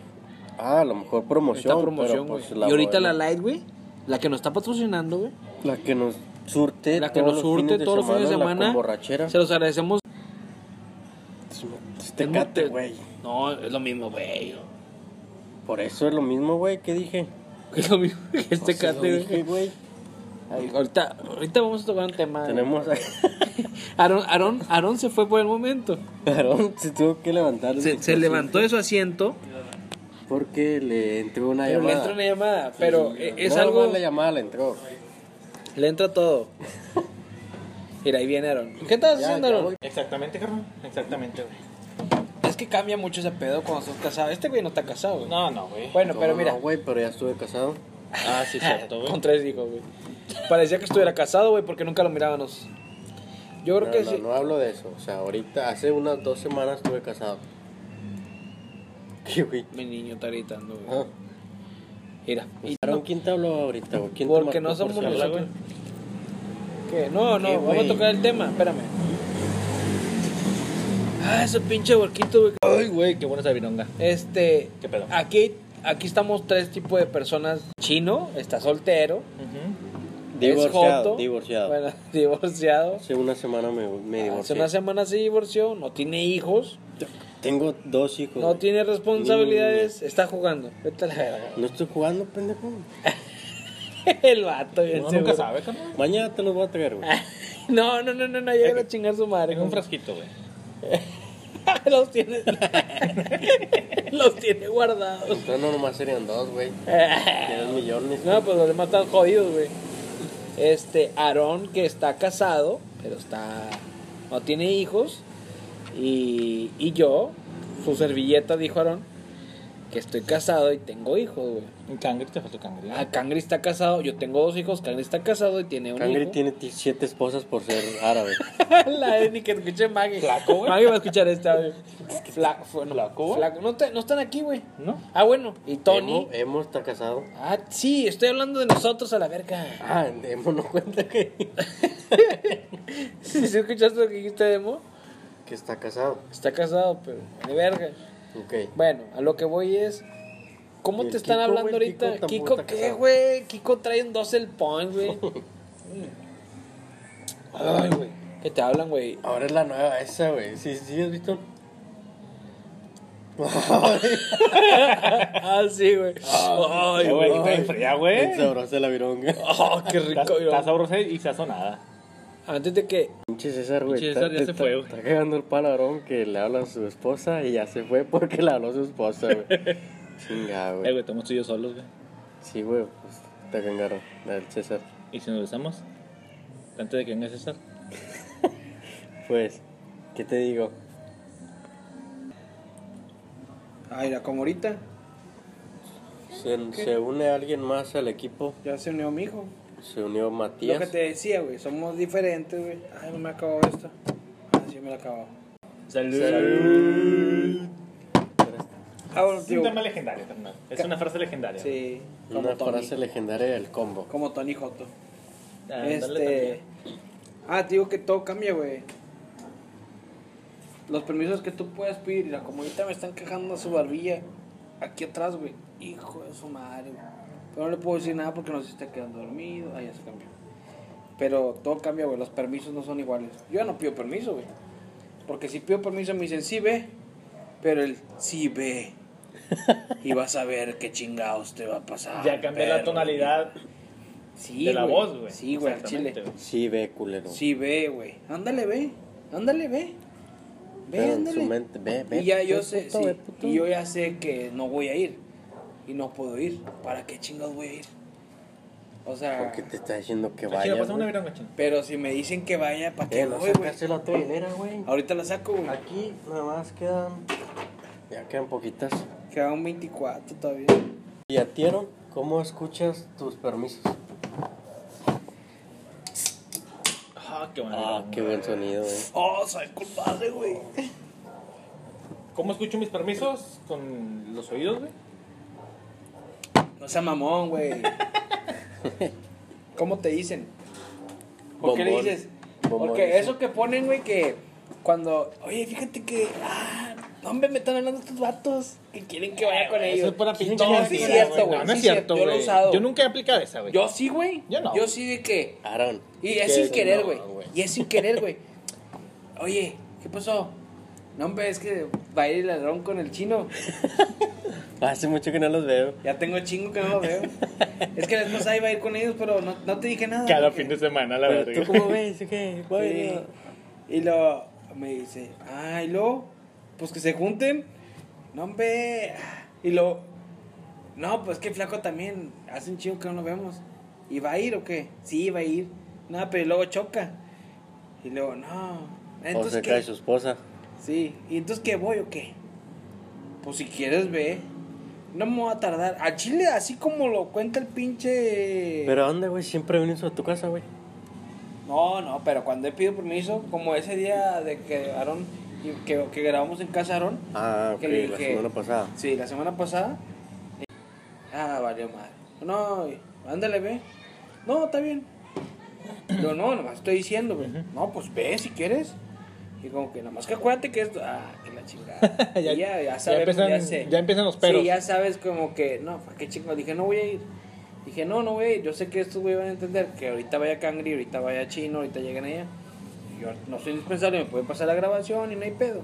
Speaker 3: Ah, a lo mejor promoción.
Speaker 1: Esta promoción,
Speaker 3: pero,
Speaker 1: güey.
Speaker 3: pues,
Speaker 1: y ahorita
Speaker 3: buena-
Speaker 1: la Light, güey, la que nos está patrocinando, güey.
Speaker 3: La que nos surte
Speaker 1: La que nos
Speaker 3: todos los
Speaker 1: surte
Speaker 3: fines de
Speaker 1: todos los fines de
Speaker 3: la
Speaker 1: semana.
Speaker 3: con borrachera.
Speaker 1: Se los agradecemos.
Speaker 3: Este cate, güey.
Speaker 1: No, es lo mismo, güey.
Speaker 3: Por eso es lo mismo, güey, ¿qué dije?
Speaker 1: Es lo mismo que este
Speaker 3: Pues, se lo
Speaker 1: cate,
Speaker 3: dije, güey.
Speaker 1: güey. Ahorita, ahorita vamos a tocar un tema.
Speaker 3: Tenemos a...
Speaker 1: Aarón, Aarón, Aarón se fue por el momento.
Speaker 3: Aarón se tuvo que levantar.
Speaker 1: Se,
Speaker 3: de
Speaker 1: se
Speaker 3: su posición
Speaker 1: levantó de su asiento.
Speaker 3: Porque le entró una
Speaker 1: Pero le
Speaker 3: llamada.
Speaker 1: entra una llamada. Pero eh, es
Speaker 3: Nada
Speaker 1: algo.
Speaker 3: más la llamada le entró.
Speaker 1: Le entra todo. Mira, ahí viene Aarón. ¿Qué estás
Speaker 3: Ya,
Speaker 1: haciendo,
Speaker 3: ya
Speaker 1: Aarón?
Speaker 3: voy.
Speaker 2: Exactamente, carnal. Exactamente, güey.
Speaker 1: Es que cambia mucho ese pedo cuando estás casado. Este güey no está casado, güey.
Speaker 2: No, no, güey.
Speaker 1: Bueno,
Speaker 3: No,
Speaker 1: pero
Speaker 3: no,
Speaker 1: mira.
Speaker 3: güey, pero ya estuve casado.
Speaker 2: Ah, sí, cierto, güey.
Speaker 1: Con tres hijos, güey. Parecía que estuviera casado, güey, porque nunca lo mirábamos. Yo creo
Speaker 3: No,
Speaker 1: que
Speaker 3: no,
Speaker 1: sí.
Speaker 3: no hablo de eso. O sea, ahorita, hace unas dos semanas estuve casado. ¿Qué, güey?
Speaker 1: Mi niño está gritando, güey.
Speaker 3: Ah,
Speaker 1: Mira. Y
Speaker 3: Aaron, ¿quién te habló ahorita, güey? ¿Quién te
Speaker 1: Porque
Speaker 3: marcó
Speaker 1: no somos
Speaker 3: por celular?
Speaker 2: Habla, güey.
Speaker 1: ¿Qué? No, no,
Speaker 3: ¿Qué,
Speaker 1: vamos a
Speaker 3: güey?
Speaker 1: tocar el tema. Espérame. Ah, ese pinche huerquito, güey.
Speaker 2: Ay, güey, qué buena esa vironga.
Speaker 1: Este.
Speaker 2: ¿Qué pedo?
Speaker 1: Aquí, aquí estamos tres tipos de personas. Chino, está soltero. es
Speaker 3: Divorciado,
Speaker 1: joto.
Speaker 3: divorciado.
Speaker 1: Bueno, divorciado.
Speaker 3: Hace una semana me, me
Speaker 1: Hace
Speaker 3: divorcié.
Speaker 1: una semana se divorció, no tiene hijos,
Speaker 3: Tengo dos hijos.
Speaker 1: no
Speaker 3: güey.
Speaker 1: tiene responsabilidades,
Speaker 3: Mm.
Speaker 1: está jugando. Vete a la verga.
Speaker 3: No estoy jugando, pendejo.
Speaker 1: El vato, bien
Speaker 2: Uno
Speaker 1: seguro.
Speaker 2: nunca sabe, carnal.
Speaker 3: Mañana te los voy a
Speaker 1: Ah.
Speaker 3: traer, güey.
Speaker 1: No, no, no, no, no, llegan a chingar su madre.
Speaker 2: Es un
Speaker 1: compa.
Speaker 2: frasquito, güey.
Speaker 4: los tiene. los tiene guardados.
Speaker 3: Entonces no nomás serían dos, güey. Tienes millones.
Speaker 4: No, pues los demás están jodidos, güey. Este, Aarón, que está casado, pero está. No tiene hijos. Y, y yo, su servilleta, dijo Aarón, que estoy casado y tengo hijos, güey.
Speaker 2: En Cangri te faltó Cangri.
Speaker 4: Ah, Cangri está casado, yo tengo dos hijos, Cangri está casado y tiene un
Speaker 3: Cangri
Speaker 4: hijo.
Speaker 3: tiene t- siete esposas por ser árabe.
Speaker 4: La Eni que escuche Maggie.
Speaker 2: Flaco, güey.
Speaker 4: Maggie va a escuchar esta, güey. Fla- fue- no,
Speaker 2: Flaco, güey.
Speaker 4: flaco. No, te- no están aquí, güey.
Speaker 2: ¿No?
Speaker 4: Ah, bueno. Y Tony.
Speaker 3: Emo,
Speaker 2: eh.
Speaker 3: Emo está casado.
Speaker 4: Ah, sí, estoy hablando de nosotros a la verga.
Speaker 3: Ah, Emo no cuenta que,
Speaker 4: ¿Sí sí escuchaste lo que dijiste Demo?
Speaker 3: que está casado.
Speaker 4: Está casado, pero de verga.
Speaker 3: Ok.
Speaker 4: Bueno, a lo que voy es. ¿Cómo
Speaker 3: Y el
Speaker 4: te están
Speaker 3: Kiko,
Speaker 4: hablando
Speaker 3: güey, Kiko
Speaker 4: ahorita?
Speaker 3: tampoco
Speaker 4: Kiko,
Speaker 3: está
Speaker 4: ¿qué,
Speaker 3: casado.
Speaker 4: güey? Kiko trae un 12 el point, güey. Ay, güey. ¿Qué te hablan, güey?
Speaker 3: Ahora es la nueva esa, güey. Sí, sí, has visto.
Speaker 4: Ah, sí, güey. Ay,
Speaker 2: Eh, güey,
Speaker 4: güey.
Speaker 2: está bien fría, güey.
Speaker 3: Bien sabrosa la vironga.
Speaker 4: Oh, qué
Speaker 2: Está,
Speaker 4: rico, güey.
Speaker 2: está sabrosa y sazonada.
Speaker 4: Antes de que
Speaker 3: Pinche César, güey.
Speaker 2: Pinche
Speaker 3: está-
Speaker 2: César ya
Speaker 3: te
Speaker 2: se
Speaker 3: está-
Speaker 2: fue, güey.
Speaker 3: Está cagando el palarón que le habla a su esposa y ya se fue porque le habló a su esposa, güey. Chinga,
Speaker 2: Eh,
Speaker 3: güey.
Speaker 2: güey, estamos tú y yo solos, güey.
Speaker 3: Sí, güey, pues está cagando el César.
Speaker 2: ¿Y si nos besamos? Antes de que venga César.
Speaker 3: Pues, ¿qué te digo?
Speaker 1: Ay, la Ah, como ahorita.
Speaker 3: Se, se une alguien más al equipo.
Speaker 1: Ya se unió mi hijo.
Speaker 3: Se unió
Speaker 1: Lo que
Speaker 3: Matías.
Speaker 1: te decía, güey. Somos diferentes, güey. Ay, no me acabó esto. Ah, sí, me lo acabó.
Speaker 2: Salud.
Speaker 1: Ah, bueno,
Speaker 2: Es
Speaker 1: digo,
Speaker 2: un tema legendario, carnal. Es una frase legendaria.
Speaker 1: Sí, como
Speaker 3: Una
Speaker 1: Tony.
Speaker 3: frase legendaria del combo.
Speaker 1: Como Tony Joto.
Speaker 2: Ah, dale
Speaker 1: este.
Speaker 2: también.
Speaker 1: Ah, te digo que todo cambia, güey. Los permisos que tú puedes pedir y la comunidad me están quejando a su barbilla. Aquí atrás, güey. Hijo de su madre, güey. Pero no le puedo decir nada porque nos está quedando dormido. Ah, ya se cambió. Pero todo cambia, güey. Los permisos no son iguales. Yo ya no pido permiso, güey. Porque si pido permiso me dicen sí ve. Pero el sí ve. Y vas a ver qué chingados te va a pasar.
Speaker 2: Ya cambié la
Speaker 1: ah, perro".
Speaker 2: tonalidad
Speaker 1: Sí,
Speaker 2: de la
Speaker 1: güey.
Speaker 2: voz, güey.
Speaker 1: Sí, güey, al
Speaker 2: Exactamente,
Speaker 1: chile.
Speaker 2: güey.
Speaker 3: Sí, ve, culero.
Speaker 1: Sí, ve, güey. Ándale, ve. Ándale, ve. Ve,
Speaker 3: Pero en
Speaker 1: ándale.
Speaker 3: su mente, ve, ve.
Speaker 1: y ya
Speaker 3: ve,
Speaker 1: yo sé,
Speaker 3: puto,
Speaker 1: sí,
Speaker 3: ve, puto.
Speaker 1: y yo ya sé que no voy a ir. Y no puedo ir. ¿Para qué chingados voy a ir? O sea,
Speaker 3: Porque te está diciendo que
Speaker 2: Ah, chile,
Speaker 3: vaya.
Speaker 2: pásame una
Speaker 3: güey.
Speaker 2: vironga, chile.
Speaker 1: pero si me dicen que vaya, ¿para qué
Speaker 3: Eh, no
Speaker 1: voy, güey?
Speaker 3: sacaste la toallera, güey.
Speaker 1: Ahorita la saco, güey.
Speaker 3: Aquí nada más quedan. Ya quedan poquitas.
Speaker 1: Queda un 24 todavía.
Speaker 3: ¿Y a ti, Aaron, cómo escuchas tus permisos?
Speaker 2: Ah, qué buena
Speaker 3: Ah,
Speaker 2: vironga.
Speaker 3: qué buen sonido, eh. güey.
Speaker 1: Oh, soy culpable, güey.
Speaker 2: ¿Cómo escucho mis permisos? Con los oídos, güey.
Speaker 1: No sea mamón, güey. ¿Cómo te dicen? ¿Por qué le
Speaker 3: Bombón.
Speaker 1: dices?
Speaker 3: Bombón,
Speaker 1: Porque
Speaker 3: dice.
Speaker 1: eso que ponen, güey, que cuando, oye, fíjate que, ah, no, hombre, me están hablando estos vatos que quieren que vaya con
Speaker 2: Eso
Speaker 1: ellos.
Speaker 2: es pura pinche
Speaker 1: No, sí
Speaker 2: mentira,
Speaker 1: es cierto,
Speaker 2: güey.
Speaker 1: güey.
Speaker 2: No, no es
Speaker 1: sí
Speaker 2: cierto,
Speaker 1: Yo lo he
Speaker 2: güey.
Speaker 1: usado.
Speaker 2: Yo nunca he aplicado esa, güey.
Speaker 1: Yo sí, güey.
Speaker 2: Yo no.
Speaker 1: Yo sí de que.
Speaker 3: Aaron.
Speaker 1: Y es
Speaker 3: que
Speaker 1: sin querer,
Speaker 3: no,
Speaker 1: güey. y es sin querer, güey. Oye, ¿qué pasó? No, hombre, es que va a ir el ladrón con el chino.
Speaker 3: Hace mucho que no los veo.
Speaker 1: Ya tengo chingo que no lo veo. es que la esposa iba a ir con ellos, pero no, no te dije nada.
Speaker 2: Cada
Speaker 1: porque-
Speaker 2: fin de semana, la
Speaker 3: Pero, ¿Tú
Speaker 2: verdad.
Speaker 3: cómo ves? ¿Qué?
Speaker 1: Sí.
Speaker 3: Bueno.
Speaker 1: Y lo me dice, ay, lo, pues que se junten. No, hombre. Y lo, no, pues que flaco también. Hace un chido que no lo vemos. ¿Y va a ir o qué? Sí, va a ir. No, pero luego choca. Y luego, no.
Speaker 3: O
Speaker 1: Entonces,
Speaker 3: se
Speaker 1: ¿qué?
Speaker 3: cae su esposa.
Speaker 1: Sí, ¿y entonces qué voy o qué? Pues si quieres, ve. No me voy a tardar. A Chile, así como lo cuenta el pinche.
Speaker 3: ¿Pero a dónde, güey? Siempre vienes a tu casa, güey.
Speaker 1: No, no, pero cuando he pedido permiso, como ese día de que Aaron, y- que, que grabamos en casa Aaron,
Speaker 3: Ah, ok,
Speaker 1: Que le
Speaker 3: la
Speaker 1: dije-
Speaker 3: semana pasada.
Speaker 1: sí, la semana pasada, eh, ah, valió madre. No, y- ándale, ve. No, está bien. Yo, no, nomás estoy diciendo, güey. No, pues ve si quieres. Y como que nomás que acuérdate que esto, ah, que la chingada.
Speaker 2: Ya-
Speaker 1: ya, ya,
Speaker 2: ya
Speaker 1: sabemos,
Speaker 2: empiezan-
Speaker 1: ya sé.
Speaker 2: ya empiezan los peros.
Speaker 1: Sí, ya sabes como que, no, ¿para qué chingo? Dije, no voy a ir. Dije, no, no voy a ir. Yo sé que estos güey van a entender que ahorita vaya Cangri, ahorita vaya Chino, ahorita lleguen allá. Yo no soy indispensable, me puede pasar la grabación y no hay pedo.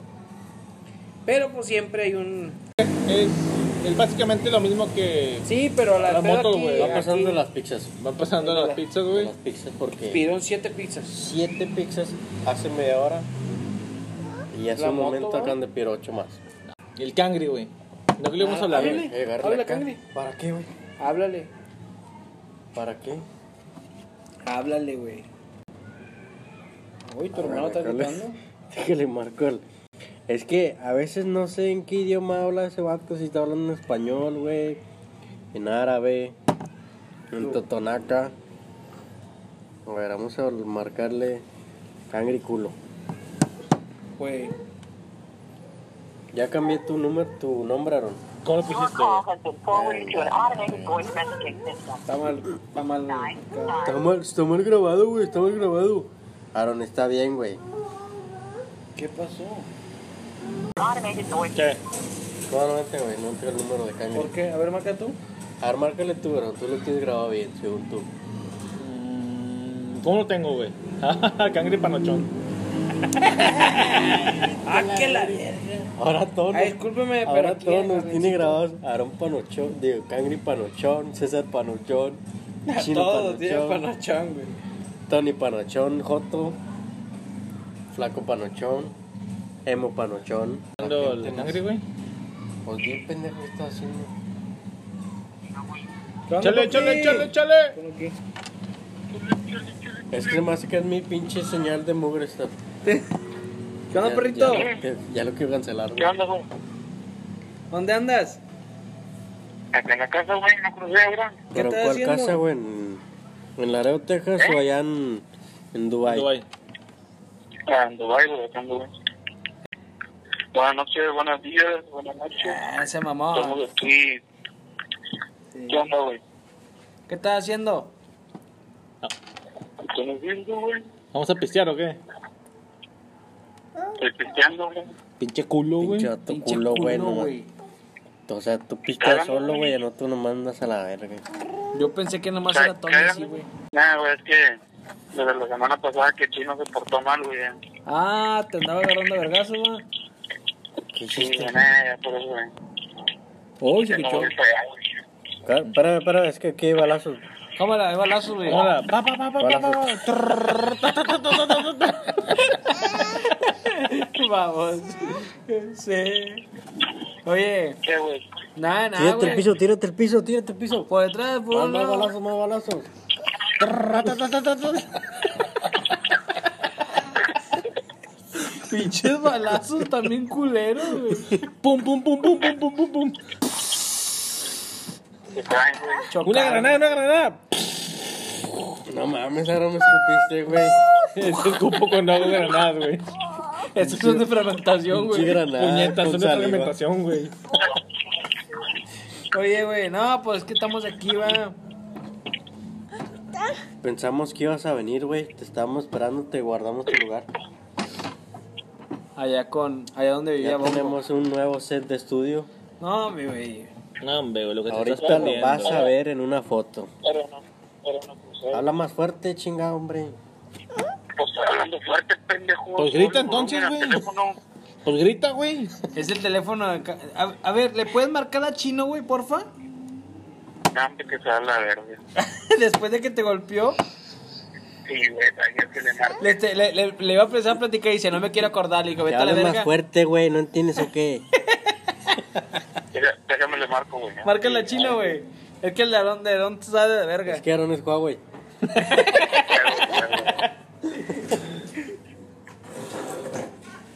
Speaker 1: Pero pues siempre hay un...
Speaker 2: Es, es básicamente lo mismo que
Speaker 1: Sí, pero la,
Speaker 2: La
Speaker 1: pedo
Speaker 2: moto,
Speaker 1: aquí-
Speaker 2: güey,
Speaker 3: Va pasando
Speaker 1: aquí
Speaker 3: las pizzas.
Speaker 2: van pasando las pizzas, güey.
Speaker 3: Las pizzas porque...
Speaker 1: Pidieron siete pizzas.
Speaker 3: siete pizzas hace media hora. Y Y hace
Speaker 1: La
Speaker 3: un
Speaker 1: moto,
Speaker 3: momento
Speaker 1: ¿va?
Speaker 3: acaban de pedir ocho más.
Speaker 2: Y el cangri, güey. ¿De qué le vamos a hablar,
Speaker 1: Háblale,
Speaker 2: güey?
Speaker 3: Eh, agárrale
Speaker 1: háblale,
Speaker 3: acá.
Speaker 1: Cangri.
Speaker 3: ¿Para qué, güey?
Speaker 1: Háblale,
Speaker 3: ¿Para qué?
Speaker 1: háblale, güey. Uy, tu hermano está
Speaker 3: Háblale,
Speaker 1: gritando.
Speaker 3: Déjale, marco el- Es que a veces no sé en qué idioma habla ese vato, si está hablando en español, güey, en árabe, en totonaca. A ver, vamos a marcarle cangri culo.
Speaker 1: Güey,
Speaker 3: Ya cambié tu número, tu nombre, Aaron.
Speaker 2: ¿Cómo le
Speaker 5: Your
Speaker 2: pusiste,
Speaker 5: call
Speaker 2: güey?
Speaker 5: has been forwarded to an automated voice messaging system.
Speaker 1: está mal, está mal. güey.
Speaker 3: Está mal, está mal grabado, güey, está mal grabado. Aaron, está bien, güey.
Speaker 1: ¿Qué pasó?
Speaker 5: Automated voice
Speaker 2: ¿Qué?
Speaker 3: No, no, vente, güey, no entra el número de cangri.
Speaker 1: ¿Por qué? A ver, marca tú.
Speaker 3: A ver, márcale tú, Aaron, tú lo tienes grabado bien, según tú.
Speaker 2: Mm, ¿Cómo lo tengo, güey? cangri panochón.
Speaker 1: ¡Ah, que la verga!
Speaker 3: Ahora todo.
Speaker 1: Ah, discúlpeme, pero
Speaker 3: Ahora
Speaker 1: aquí
Speaker 3: todos
Speaker 1: es,
Speaker 3: nos
Speaker 1: Juancito.
Speaker 3: tiene grabados Aarón Panochón, digo, Cangri Panochón, César Panochón, Chino
Speaker 1: Todos tienen
Speaker 3: Panochón,
Speaker 1: panochón, güey.
Speaker 3: Tony Panochón, Joto, Flaco Panochón, Emo Panochón.
Speaker 2: ¿Cuándo el cangri, güey?
Speaker 3: Oye, pendejo, está haciendo?
Speaker 1: ¿Qué onda,
Speaker 2: ¡Chale,
Speaker 1: papi?
Speaker 2: chale, chale, chale!
Speaker 1: ¿Cómo que?
Speaker 3: Es que se me hace que es mi pinche señal de mugre esta.
Speaker 1: ¿Qué onda,
Speaker 3: Ya-
Speaker 1: perrito?
Speaker 3: Ya, lo que- ya lo quiero cancelar, güey.
Speaker 5: ¿Qué onda, güey?
Speaker 1: ¿Dónde andas?
Speaker 5: Acá en la casa, güey, en la crucé, ahora.
Speaker 3: ¿Pero
Speaker 1: estás
Speaker 3: cuál
Speaker 1: haciendo?
Speaker 3: casa, güey? ¿En, en Laredo, Texas o allá en, en Dubái?
Speaker 2: Dubái.
Speaker 5: Ah, En Dubái, güey, acá en Dubái. Buenas noches, buenos días, buenas noches.
Speaker 1: Ah, ese
Speaker 5: Estamos
Speaker 1: mamón.
Speaker 5: aquí.
Speaker 1: Sí.
Speaker 5: ¿Qué onda, güey?
Speaker 1: ¿Qué estás haciendo?
Speaker 5: ¿Qué nos viendo, güey?
Speaker 2: ¿Vamos a pistear o qué?
Speaker 5: Estoy pisteando, güey.
Speaker 2: Pinche culo, güey.
Speaker 3: Pinche vato
Speaker 1: Pinche
Speaker 3: culo, güey.
Speaker 1: culo,
Speaker 3: no mames. O sea, tú pistas
Speaker 5: Cagando,
Speaker 3: solo, güey,
Speaker 5: güey.
Speaker 3: el otro nomás andas a la verga.
Speaker 1: Yo pensé que nomás
Speaker 5: Ca-
Speaker 1: era Tony
Speaker 5: cágame.
Speaker 1: sí, güey.
Speaker 5: Nada, güey, es que desde la semana pasada que Chino se portó mal, güey.
Speaker 1: Ah, te andaba agarrando a vergazo, güey.
Speaker 3: ¿Qué
Speaker 5: Sí,
Speaker 3: hiciste?
Speaker 5: nada, ya por eso, güey.
Speaker 1: Uy,
Speaker 5: Que
Speaker 1: se
Speaker 5: no
Speaker 1: pichó.
Speaker 5: voy para allá, güey.
Speaker 3: Espera, espera, espera, es que aquí hay balazos.
Speaker 1: Cámara, hay balazos, güey.
Speaker 2: Hola. Pa, pa, pa, pa, pa, pa, pa.
Speaker 1: Vamos. Sí. Oye,
Speaker 5: ¿Qué, güey?
Speaker 1: nada, nada,
Speaker 3: Tírate al
Speaker 1: güey.
Speaker 3: piso, tírate al piso, tírate al piso.
Speaker 1: Por detrás, por
Speaker 3: Más,
Speaker 1: un
Speaker 3: más
Speaker 1: lado.
Speaker 3: balazos, más balazos.
Speaker 1: Pinches balazos también culeros, güey.
Speaker 2: Pum, pum, pum, pum, pum, pum, pum, pum.
Speaker 5: ¿Qué traen, güey?
Speaker 2: Una
Speaker 1: Chocaron.
Speaker 2: granada, una granada.
Speaker 3: No mames, ahora me escupiste, güey.
Speaker 2: Se escupo cuando hago granadas, güey.
Speaker 1: Estos son de fermentación,
Speaker 3: Pinche
Speaker 1: güey.
Speaker 3: granada.
Speaker 2: Puñetas,
Speaker 3: con
Speaker 2: son de
Speaker 3: saliva.
Speaker 2: fermentación, güey.
Speaker 1: Oye, güey, no, pues es que estamos aquí, va.
Speaker 3: Pensamos que ibas a venir, güey. Te estábamos esperando, te guardamos tu lugar.
Speaker 1: Allá con, allá donde
Speaker 3: Ya
Speaker 1: vivía Bombo.
Speaker 3: tenemos un nuevo set de estudio.
Speaker 1: No, mi güey.
Speaker 2: No, hombre, güey, lo que
Speaker 1: Pues
Speaker 2: te
Speaker 3: Ahorita
Speaker 2: estás
Speaker 3: lo
Speaker 2: perdiendo.
Speaker 3: vas a ver en una foto.
Speaker 5: Pero no, pero no, pues, eh.
Speaker 3: Habla más fuerte, chinga, hombre.
Speaker 5: Pues estoy hablando fuerte, pendejo.
Speaker 2: Pues grita
Speaker 5: Solo,
Speaker 2: entonces,
Speaker 5: mira,
Speaker 2: güey.
Speaker 5: teléfono.
Speaker 2: Pues grita, güey.
Speaker 1: Es el teléfono. de ca- A, a ver, ¿le puedes marcar a Chino, güey, porfa?
Speaker 5: Dame que se da la verga.
Speaker 1: Después de que te golpeó,
Speaker 5: Sí, güey, ayer que le marco.
Speaker 1: le, te- le, le- le iba a empezar a platicar y dice, no me quiero acordar. Le digo,
Speaker 3: Que
Speaker 1: vete a la
Speaker 3: hables
Speaker 1: verga.
Speaker 3: más fuerte, güey. ¿No entiendes o qué?
Speaker 5: Deja- Déjame le marco, güey. ¿eh?
Speaker 1: Márcale a Chino, güey. Es que el de Aarón de Aarón sabe de verga.
Speaker 3: Es que Aaron es Huawei.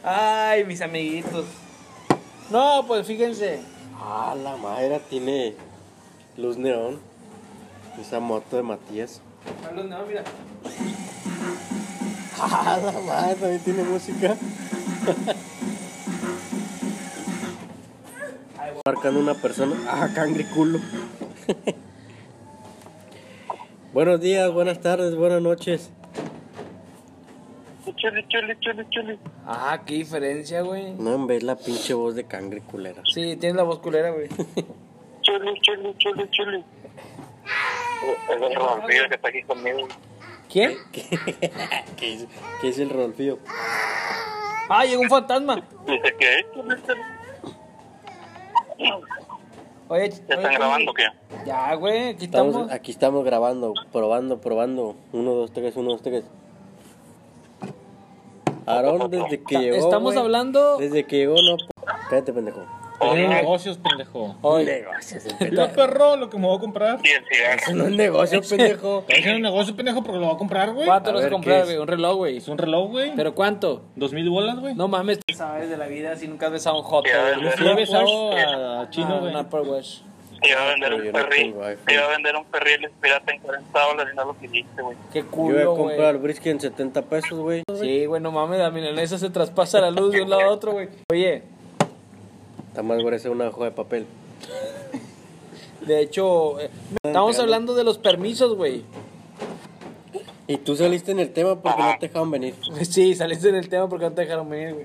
Speaker 1: Ay, mis amiguitos. No, pues fíjense.
Speaker 3: Ah, la madre tiene luz neón. Esa moto de Matías.
Speaker 1: No, mira.
Speaker 3: Ah, la madre también tiene música. Marcando una persona. Ah, cangriculo. Buenos días, buenas tardes, buenas noches.
Speaker 5: Chule, chule, chule, chule.
Speaker 1: Ah, qué diferencia, güey.
Speaker 3: No, hombre, es la pinche voz de cangriculera.
Speaker 1: Sí, tienes la voz culera, güey.
Speaker 5: Chule, chule, chule, chule. Es Eh, el Rodrigo que está aquí conmigo.
Speaker 1: ¿Quién?
Speaker 3: ¿Qué es, qué es el Rolfío?
Speaker 1: Ah, llegó un fantasma.
Speaker 5: Dice que "Chule, chule".
Speaker 1: Oye,
Speaker 5: ¿Ya están
Speaker 1: oye,
Speaker 5: grabando o qué?
Speaker 1: Ya, güey, aquí estamos.
Speaker 3: Estamos, aquí estamos grabando, probando, probando. Uno, dos, tres, uno, dos, tres. Aarón, desde que llegó.
Speaker 1: estamos
Speaker 3: güey,
Speaker 1: hablando-
Speaker 3: Desde que llegó, no. Cállate, pendejo.
Speaker 2: Tenemos negocios, pendejo.
Speaker 3: Negocios,
Speaker 2: Lo perro, lo que me voy a comprar.
Speaker 5: Sí, el cigarro.
Speaker 3: No es negocio, pendejo.
Speaker 2: Estoy haciendo un negocio, pendejo, porque lo voy a comprar, güey.
Speaker 1: ¿Cuánto
Speaker 3: A
Speaker 1: nos
Speaker 3: ver,
Speaker 1: comprar,
Speaker 3: ¿qué
Speaker 1: güey? Un reloj, güey.
Speaker 2: Es un reloj, güey.
Speaker 1: ¿Pero cuánto?
Speaker 2: Dos mil bolas, güey.
Speaker 1: No mames. Sabes de la vida si nunca has besado un joto,
Speaker 5: Ya,
Speaker 1: güey.
Speaker 5: ya.
Speaker 2: Sí, he besado a, a
Speaker 1: Ah,
Speaker 2: chino, güey.
Speaker 1: un Apple Watch.
Speaker 5: Te iba a vender
Speaker 3: Yo
Speaker 5: un
Speaker 3: no
Speaker 5: perril.
Speaker 3: tengo iPhone.
Speaker 5: Te iba a vender un perril pirata en 40 dólares y no lo quisiste, güey.
Speaker 1: Qué
Speaker 3: Yo voy a
Speaker 1: culo,
Speaker 3: comprar
Speaker 1: güey.
Speaker 3: el brisket en 70 pesos, güey.
Speaker 1: Sí, güey, no mames, la milanesa se traspasa la luz de un lado a otro, güey. Oye,
Speaker 3: Está más gruesa una hoja de papel.
Speaker 1: de hecho, eh, estamos hablando de los permisos, güey.
Speaker 3: Y tú saliste en el tema porque no te dejaban venir.
Speaker 1: Sí, saliste del tema porque no te dejaron venir, güey.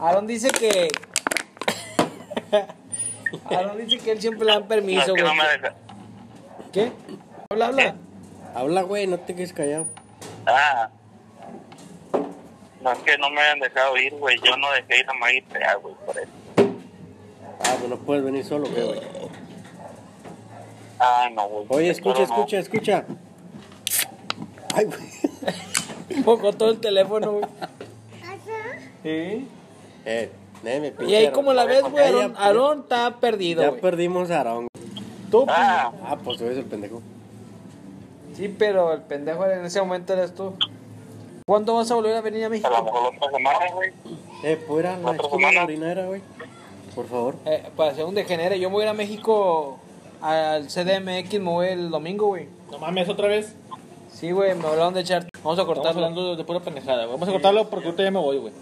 Speaker 1: Aaron dice que. Aaron dice que él siempre le dan
Speaker 5: No, es
Speaker 1: permiso,
Speaker 5: que
Speaker 1: güey.
Speaker 5: no me deja.
Speaker 1: ¿Qué? Habla, habla.
Speaker 3: Habla, güey, no te quedes callado.
Speaker 5: Ah. No es que no me hayan dejado ir, güey. Yo no dejé ir a Maguita, güey, por eso.
Speaker 3: Ah, pues no puedes venir solo, ¿qué, güey.
Speaker 5: Ah, no, güey.
Speaker 3: Oye, escucha,
Speaker 5: Seguro no.
Speaker 3: escucha, escucha. Ay, güey.
Speaker 1: Poco todo el teléfono, güey. Sí.
Speaker 3: Eh, neme,
Speaker 1: Y ahí
Speaker 3: pinche
Speaker 1: como la ves, güey,
Speaker 3: Ya, ya,
Speaker 1: Aarón, Aarón está perdido,
Speaker 3: Ya
Speaker 1: güey.
Speaker 3: perdimos a Aarón.
Speaker 1: Tú, pues,
Speaker 5: Ah,
Speaker 3: Ah, pues tú eres el pendejo.
Speaker 1: Sí, pero el pendejo en ese momento eres tú. ¿Cuándo vas a volver a venir a
Speaker 5: a lo
Speaker 1: México?
Speaker 5: mejor la otra semana, güey.
Speaker 3: Eh, ¿puedo ir a la
Speaker 5: Otra
Speaker 3: esquina de la
Speaker 5: semana.
Speaker 3: orinera, güey? Por favor.
Speaker 1: Eh, para ser un degenere, yo me voy a ir a México al CDMX, me voy el domingo, güey.
Speaker 2: No mames, otra vez.
Speaker 1: Sí, güey, me hablaron de echar. Vamos a
Speaker 2: Estamos
Speaker 1: cortarlo.
Speaker 2: hablando de pura pendejada, güey. Vamos a cortarlo porque ahorita ya me voy, güey.